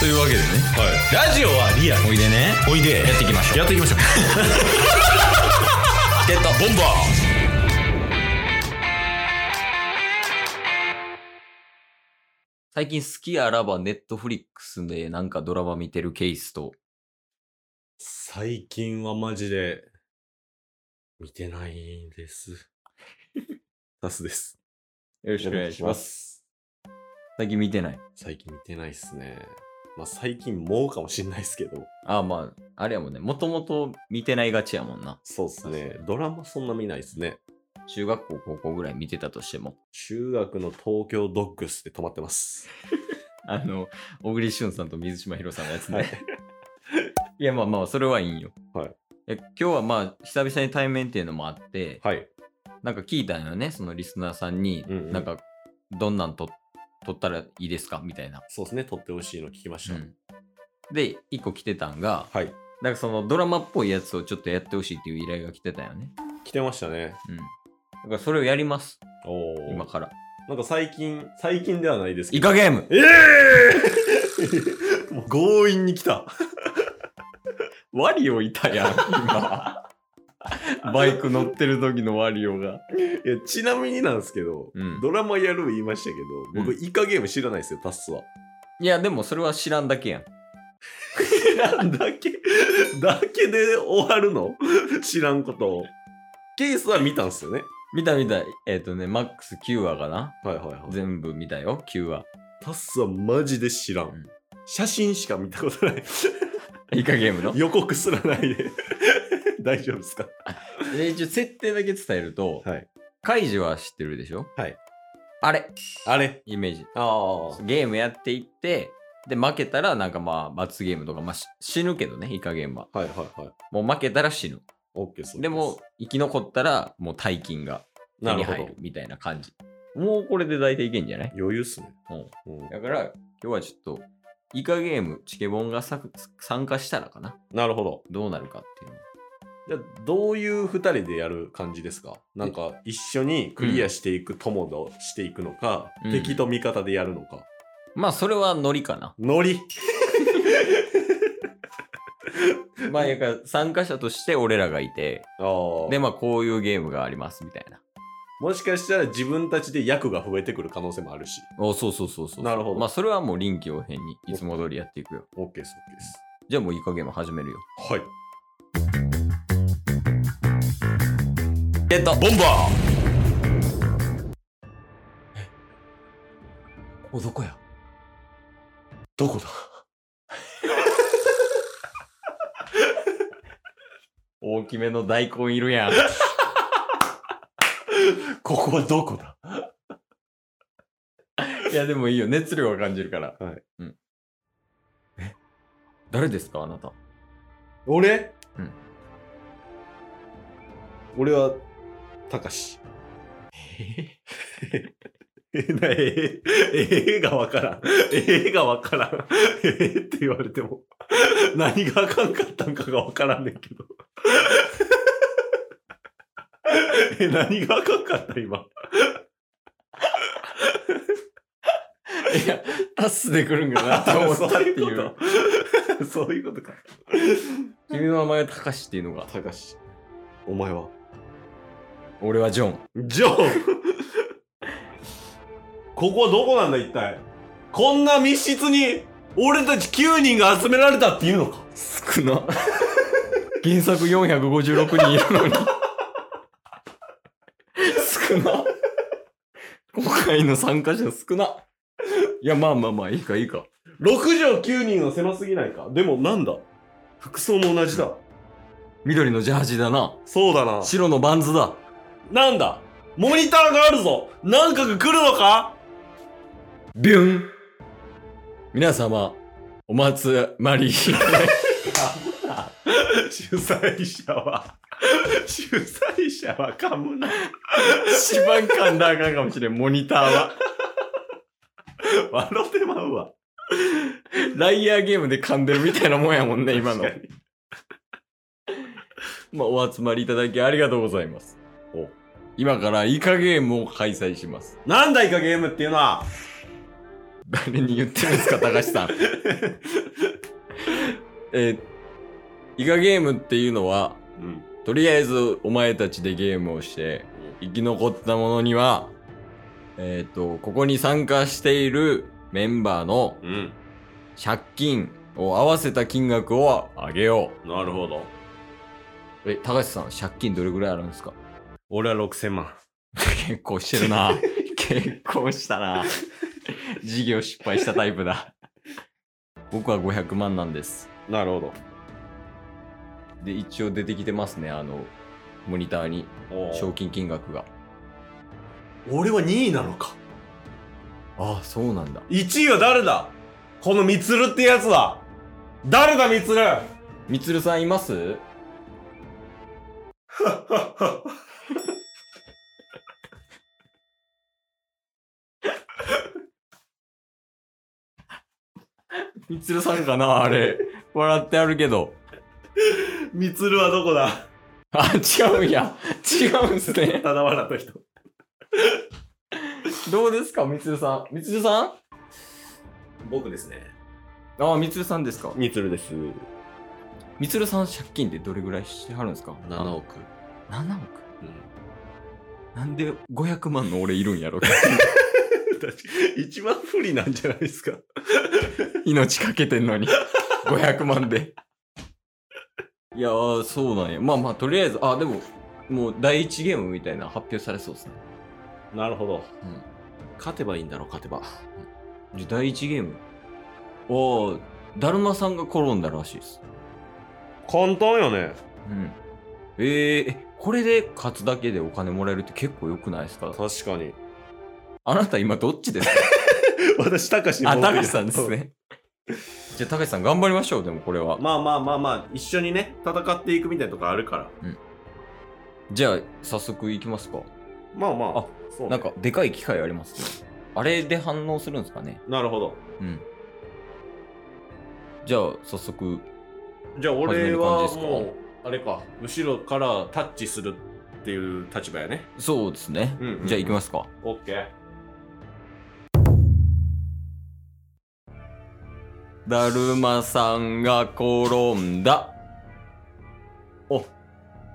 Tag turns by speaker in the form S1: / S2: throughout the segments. S1: というわけでね、ラジオはリアおいでね
S2: おいで
S1: やっていきましょう
S2: やって いきましょう
S1: ゲットボンバ
S3: 最近好きあらばネットフリックスでなんかドラマ見てるケースと、
S2: 最近はマジで見てないですタスです
S3: よろしくお願いします。
S2: す
S3: 最近見てない。
S2: 最近見てないっすねまあ最近もうかもしんないっすけど
S3: ああまあ、あれやもんね。もともと見てないがちやもんな。
S2: そうっすねドラマそんな見ないっすね
S3: 中学校、高校ぐらい見てたとしても。
S2: 中学の東京ドッグスで止まって ます
S3: あの、小栗旬さんと水島ひろさんのやつね。
S2: はい
S3: い、やまあまあ、それはいいんよ。
S2: はい
S3: え。今日はまあ、久々に対面っていうのもあって、
S2: はい
S3: なんか聞いたんよね、そのリスナーさんに、
S2: うんうん
S3: なんか、どんなんと撮ったらいいですかみたいな。
S2: そうっすね撮ってほしいの聞きました、
S3: うんで、一個来てたんが、
S2: はい
S3: なんかそのドラマっぽいやつをちょっとやってほしいっていう依頼が来てたよね。
S2: 来てましたね
S3: うん。だからそれをやります、
S2: おお
S3: 今から。
S2: なんか最近最近ではないですけ
S3: イ
S2: ど
S3: カゲーム
S2: ええもう 強引に来た
S3: ワリオいたやん、 今。バイク乗ってる時のワリオが。
S2: いやちなみになんですけど、
S3: うん
S2: ドラマやる言いましたけど
S3: う
S2: 僕、イカゲーム知らないですよタッスは
S3: いや、でもそれは知らんだけやん。
S2: なんだけだけで終わるの知らんことをケースは見たんすよね
S3: 見た見た。えっ、とね、マックス9話かな
S2: はいはいはい
S3: 全部見たよ、9話。
S2: タッスはマジで知らん、
S3: うん
S2: 写真しか見たこと ない
S3: イカゲームの
S2: 予告すらないで大丈夫ですか
S3: で一応設定だけ伝えると、
S2: はい
S3: カイジは知ってるでしょ
S2: はい
S3: あれ
S2: あれ
S3: イメージ
S2: ああ
S3: ゲームやっていってで負けたらなんかまあ罰ゲームとか、まあ、し死ぬけどねイカゲームは
S2: はいはいはい
S3: もう負けたら死ぬ
S2: OK そう
S3: でも生き残ったらもう大金が手
S2: な
S3: に
S2: るほど
S3: 入るみたいな感じもうこれで大体いけんじゃない
S2: 余裕っすねうん
S3: だから今日はちょっとイカゲームチケボンがさ参加したらかな
S2: なるほど
S3: どうなるかっていうの
S2: じゃあどういう2人でやる感じですかなんか一緒にクリアしていく友としていくのか、
S3: うん
S2: 敵と味方でやるのか、
S3: まあそれはノリかな
S2: ノリ
S3: まあだから参加者として俺らがいて
S2: あー
S3: でまあこういうゲームがありますみたいな
S2: もしかしたら自分たちで役が増えてくる可能性もあるし
S3: おそうそうそうそう
S2: なるほど
S3: まあそれはもう臨機応変にいつも通りやっていくよ
S2: OK です OK です
S3: じゃあもういい加減も始めるよ
S2: はい
S3: ゲットボンバーえおどこや
S2: どこだ
S3: 大きめの大根いるやん
S2: ここはどこだ
S3: いやでもいいよ熱量は感じるから
S2: はい、
S3: うん、え誰ですかあなた
S2: 俺、
S3: うん
S2: 俺はたかし えなえええがわからん。ええがわからん。ええって言われても、何があかんかったんかがわからんねんけど。 え、何があかんかった今。
S3: いやタスで来るんかなと思ったってい
S2: そう
S3: う
S2: いうこと。 そういうことか。
S3: 君の名前はタカシっていうのが
S2: たかし、お前は。
S3: 俺はジョン
S2: ジョンここはどこなんだ一体こんな密室に俺たち9人が集められたっていうのか
S3: 少な 原作456人いるのに少な今回の参加者少ないやまあまあまあいいかいいか
S2: ?6 畳9人は狭すぎないかでもなんだ服装も同じだ。
S3: 緑のジャージだな
S2: そうだな
S3: 白のバンズだ
S2: なんだモニターがあるぞなんかが来るのか
S3: ビュン皆様お祭り
S2: 主催者は、主催者は噛むな。
S3: 一番噛んだらあかんかもしれんモニターは
S2: 笑ってまうわ。
S3: ライアーゲームで噛んでるみたいなもんやもんね今の
S2: 確かに
S3: まあ、お集まりいただきありがとうございます。
S2: お
S3: 今からイカゲームを開催します。
S2: なんだイカゲームっていうのは
S3: 誰に言ってるんですか、高橋さん。えーイカゲームっていうのは、
S2: うん。
S3: とりあえずお前たちでゲームをして、生き残った者には、えっ、と、ここに参加しているメンバーの
S2: うん。
S3: 借金を合わせた金額を上げよ
S2: なるほど。
S3: う。え、高橋さん、借金どれぐらいあるんですか
S2: 俺は6000万。
S3: 結構してる な。結構したな。事業失敗したタイプだ。僕は500万なんです。
S2: なるほ
S3: で、一応出てきてますね、あの、モニターに、
S2: ど
S3: 賞金金額が。
S2: 俺は2位なのか。
S3: ああ、そうなんだ。
S2: 1位は誰だこのミツルってやつは。誰だ、ミツル
S3: みつるさんいますみつるさんかなあれ。笑ってあるけど。
S2: ミツルはどこだ
S3: あ、違うんや。違うんすね。
S2: ただ笑った人。
S3: どうですか、みつるさん。みつるさん
S2: 僕ですね。
S3: ああ、みつるさんですか。
S2: ミツルです。
S3: みつるさん借金ってどれぐらいしてはるんですか
S2: 7億。
S3: あ7億なんで500万の俺いるんやろ
S2: 一番不利なんじゃないですか。
S3: 命かけてんのに。500万で。いやー、そうなんや。まあまあ、とりあえず、あ、でも、もう第一ゲームみたいな発表されそうですね。
S2: なるほど。
S3: うん
S2: 勝てばいいんだろう、勝てば。
S3: じゃあ第1ゲーム。おー、だるまさんが転んだらしいです。
S2: 簡単よね。
S3: うん。えー、えこれで勝つだけでお金もらえるって結構良くないですか
S2: 確かに。
S3: あなた今どっち ですか
S2: 私、たかし
S3: あ、高橋さんです。ね。じゃあ高橋さん頑張りましょう、でもこれは。
S2: まあまあまあまあ、一緒にね、戦っていくみたいなとこあるから。
S3: じゃあ早速いきますか。
S2: まあまあ。
S3: あ
S2: そうね
S3: なんかでかい機械ありますね。あれで反応するんですかね
S2: なるほど。
S3: うん。じゃあ早速、
S2: じゃあ
S3: 始め
S2: 俺
S3: る感
S2: は
S3: じですか
S2: もう、あれか、後ろからタッチするっていう立場やね。
S3: そうですね。
S2: うんうんうん
S3: じゃあ行きますか。
S2: オッケー。
S3: だるまさんが転んだ。お、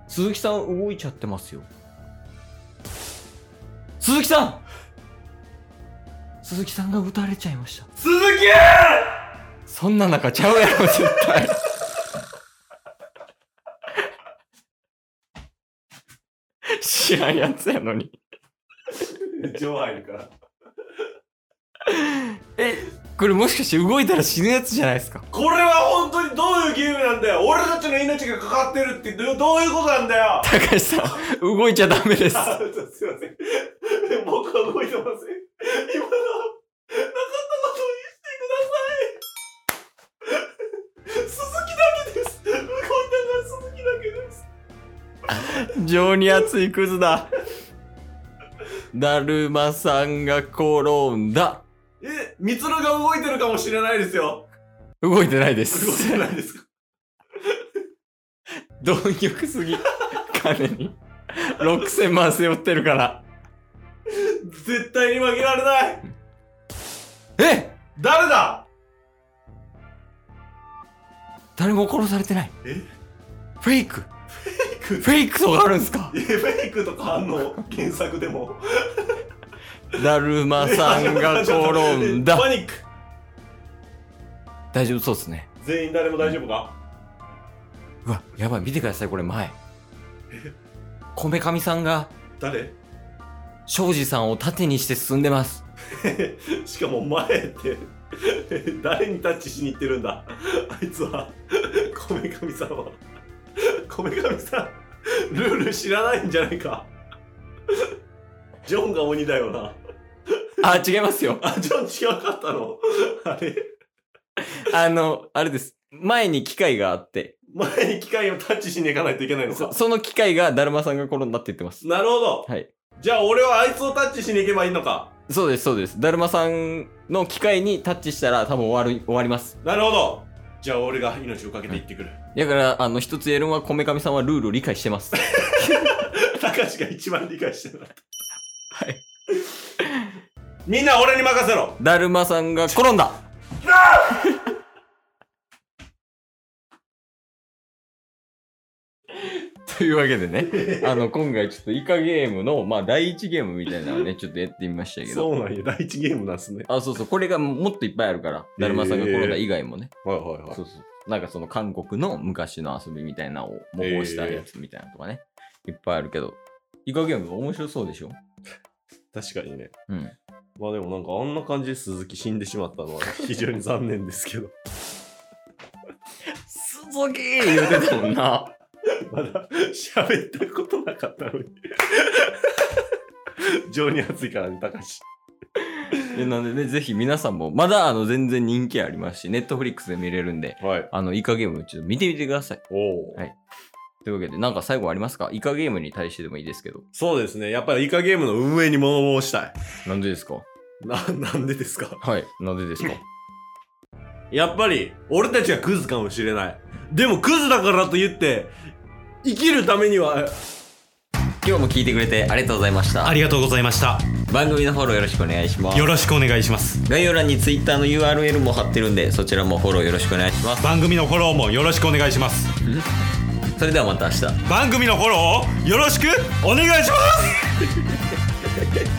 S3: 鈴木さん動いちゃってますよ。鈴木さん鈴木さんが撃たれちゃいました。
S2: 鈴木
S3: そんな中ちゃうやろ、絶対。知らんやつやのに。
S2: 上入るから。
S3: え、これもしかして動いたら死ぬやつじゃないですか。
S2: これは本当にどういうゲームなんだよ俺たちの命がかかってるってどどういうことなん だよ
S3: 高橋さん、動いちゃダメです。
S2: あすいません。僕は動いてません。今のは、なかったことにしてください。 鈴木だけです。動いたのは鈴木だけです。
S3: 情に熱いクズだ。だるまさんが転んだ。
S2: え、ミツロが動いてるかもしれないですよ。
S3: 動いてないで
S2: 動い
S3: す
S2: て。ないですか
S3: 貪欲すぎ。金に。6000万背負ってるから。
S2: 絶対に負けられない
S3: え
S2: 誰だ
S3: 誰も殺されてない。
S2: え
S3: フェイク
S2: フェイク
S3: フェイクとかあるんす か
S2: えフェイクとかあんの原作でも。
S3: だるまさんが転んだ。
S2: パニック
S3: 大丈夫そうっすね。
S2: 全員誰も大丈夫か
S3: うわ、やばい。見てください、これ前。こめかみさんが
S2: 誰
S3: 庄司さんを盾にして進んでます。
S2: しかも前って 誰にタッチしに行ってるんだあいつはこめかみさんはこめかみさんルール知らないんじゃないかジョンが鬼だよな
S3: あ、違いますよ。
S2: あジョン違かったのあれ
S3: あの、あれです。前に機械があって、
S2: 前に機械をタッチしに行かないといけないのか
S3: そその機械がだるまさんが転んだって言ってます。
S2: なるほど
S3: はい。
S2: じゃあ俺はあいつをタッチしに行けばいいのか
S3: そうです、そうです。だるまさんの機械にタッチしたら多分終わる、終わります。
S2: なるほどじゃあ俺が命を懸けて行ってくる
S3: だから、あの、一つ言えるのは、こめかみさんはルールを理解してます。
S2: 高橋が一番理解してない
S3: はい。
S2: みんな俺に任せろ
S3: だるまさんが転んだ というわけでね、あの、今回ちょっとイカゲームの、まあ、第一ゲームみたいなのをね、ちょっとやってみましたけど。
S2: そうなんや、第一ゲームなんすね。
S3: あ、そうそう、これがもっといっぱいあるから、だるまさんが転んだ以外もね。
S2: はいはいはい。
S3: そうそう。なんかその韓国の昔の遊びみたいなのを模倣したやつみたいなのとかね、いっぱいあるけど、イカゲーム面白そうでしょ
S2: 確かにね。
S3: うん。
S2: まあでもなんかあんな感じで鈴木死んでしまったのは 非常に残念ですけど。
S3: 鈴木言うてたもんな。
S2: まだ 喋ったことなかったのに。 情に熱いからね、高橋。
S3: でなんでね、ぜひ皆さんも、まだあの全然人気ありますし、ネットフリックスで見れるんで、
S2: はい。
S3: あの、イカゲームちょっと見てみてください。
S2: おお、
S3: はいというわけで、なんか最後ありますかイカゲームに対してでもいいですけど。
S2: そうですね。やっぱりイカゲームの運営に物申したい。
S3: なんでですか
S2: な、 なんでですか
S3: はい。なんでですか
S2: やっぱり、俺たちはクズかもしれない。でもクズだからと言って、生きるためには、
S3: 今日も聞いてくれてありがとうございました。
S4: ありがとうございました。
S3: 番組のフォローよろしくお願いします
S4: よ。ろしくお願いします。
S3: 概要欄に Twitter の URL も貼ってるんで、そちらもフォローよろしくお願いします。
S4: 番組のフォローもよろしくお願いします。
S3: それではまた明日。
S4: 番組のフォローをよろしくお願いします